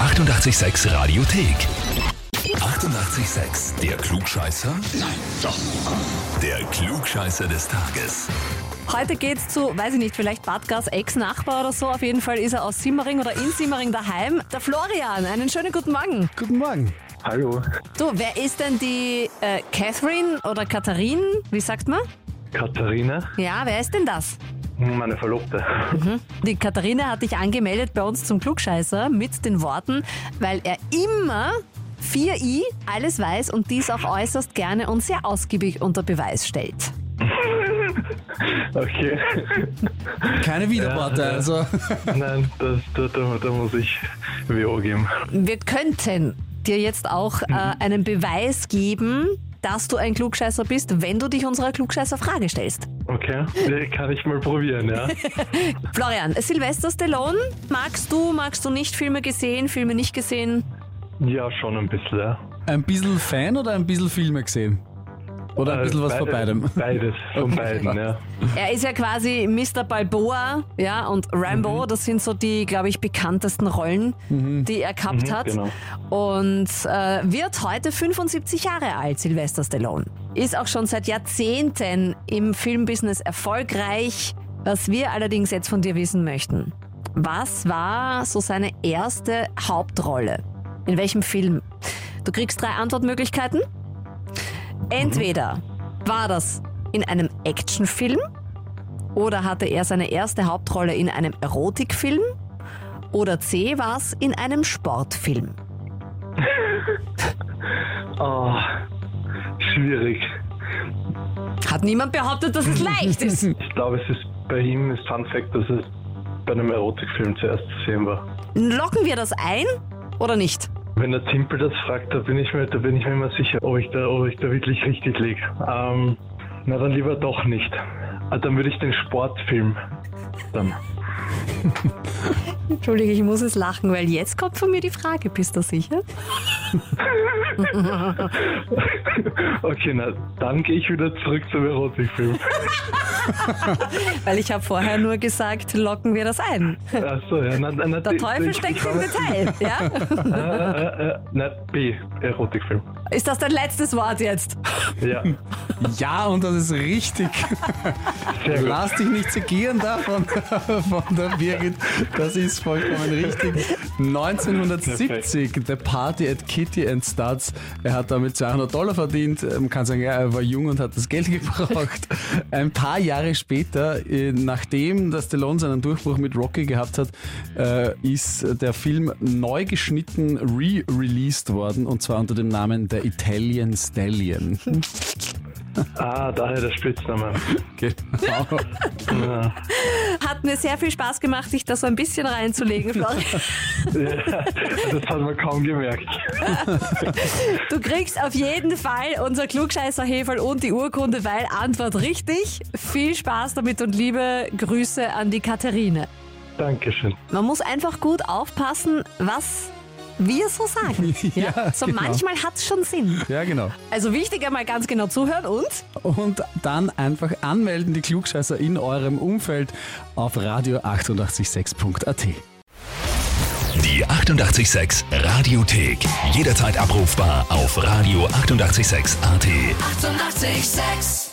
886 Radiothek. 88,6. Der Klugscheißer? Nein, doch. Der Klugscheißer des Tages. Heute geht's zu, weiß ich nicht, vielleicht Badgas Ex-Nachbar oder so. Auf jeden Fall ist er aus Simmering oder in Simmering daheim. Der Florian, einen schönen guten Morgen. Guten Morgen. Hallo, Du, wer ist denn die äh, Catherine oder Katharin? Wie sagt man? Katharina, Ja, wer ist denn das? meine Verlobte. Die Katharina hat dich angemeldet bei uns zum Klugscheißer mit den Worten, weil er immer 4i alles weiß und dies auch äußerst gerne und sehr ausgiebig unter Beweis stellt. Okay, Keine Widerworte, Ja, ja. also. nein, das, da, da, da muss ich WO geben. Wir könnten dir jetzt auch äh, einen Beweis geben, dass du ein Klugscheißer bist, wenn du dich unserer Klugscheißer-Frage stellst. Okay, Nee, kann ich mal probieren, ja? Florian, Sylvester Stallone, magst du, magst du nicht Filme gesehen, Filme nicht gesehen? Ja, schon ein bisschen, ja. Ein bisschen Fan oder ein bisschen Filme gesehen? Oder ein Äh, bisschen was von beides- beidem? Beides, von Okay. beiden, ja. Er ist ja quasi Mr. Balboa ja, und Rambo, das sind so die, glaube ich, bekanntesten Rollen, die er gehabt hat. genau. Und äh, wird heute 75 Jahre alt, Sylvester Stallone. Ist auch schon seit Jahrzehnten im Filmbusiness erfolgreich. Was wir allerdings jetzt von dir wissen möchten, was war so seine erste Hauptrolle? In welchem Film? Du kriegst drei Antwortmöglichkeiten. Entweder war das in einem Actionfilm oder hatte er seine erste Hauptrolle in einem Erotikfilm oder C war es in einem Sportfilm. Oh, schwierig. Hat niemand behauptet, dass es leicht ist. Ich glaube, es ist bei ihm ist Fun Fact, dass es bei einem Erotikfilm zuerst zu sehen war. Locken wir das ein oder nicht? Wenn der Timpel das fragt, da bin ich mir, da bin ich mir immer sicher, ob ich da, ob ich da wirklich richtig lieg. Ähm, na dann lieber doch nicht. Ah, Dann würde ich den Sportfilm. Dann. Entschuldige, ich muss es lachen, weil jetzt kommt von mir die Frage, bist du sicher? Okay, na dann gehe ich wieder zurück zum Erotikfilm. Weil ich habe vorher nur gesagt, locken wir das ein. Achso, ja, na, na, na, Der Teufel steckt im Detail, ja? Äh, äh, na, B, Erotikfilm. Ist das dein letztes Wort jetzt? Ja, Ja, und das ist richtig. sehr gut. Lass dich nicht segieren da von, von der Birgit. Das ist vollkommen richtig. 1970, The Party at Kitty and Studs. Er hat damit 200 Dollar verdient. Man kann sagen, ja, er war jung und hat das Geld gebraucht. Ein paar Jahre später, äh, nachdem das Stallone seinen Durchbruch mit Rocky gehabt hat, äh, ist der Film neu geschnitten, re-released worden und zwar unter dem Namen The Italian Stallion. Ah, daher der Spitzname. Genau. Ja. Hat mir sehr viel Spaß gemacht, dich da so ein bisschen reinzulegen, Florian. Ja, das hat man kaum gemerkt. Du kriegst auf jeden Fall unser klugscheißer Heferl und die Urkunde, weil Antwort richtig. Viel Spaß damit und liebe Grüße an die Katharine. Dankeschön. Man muss einfach gut aufpassen, was wir so sagen. Ja, so genau. manchmal hat's schon Sinn. Ja, genau. Also wichtig einmal ganz genau zuhören und und dann einfach anmelden, die Klugscheißer in eurem Umfeld auf radio886.at. Die 88,6 Radiothek. Jederzeit abrufbar auf radio886.at. 88,6. 886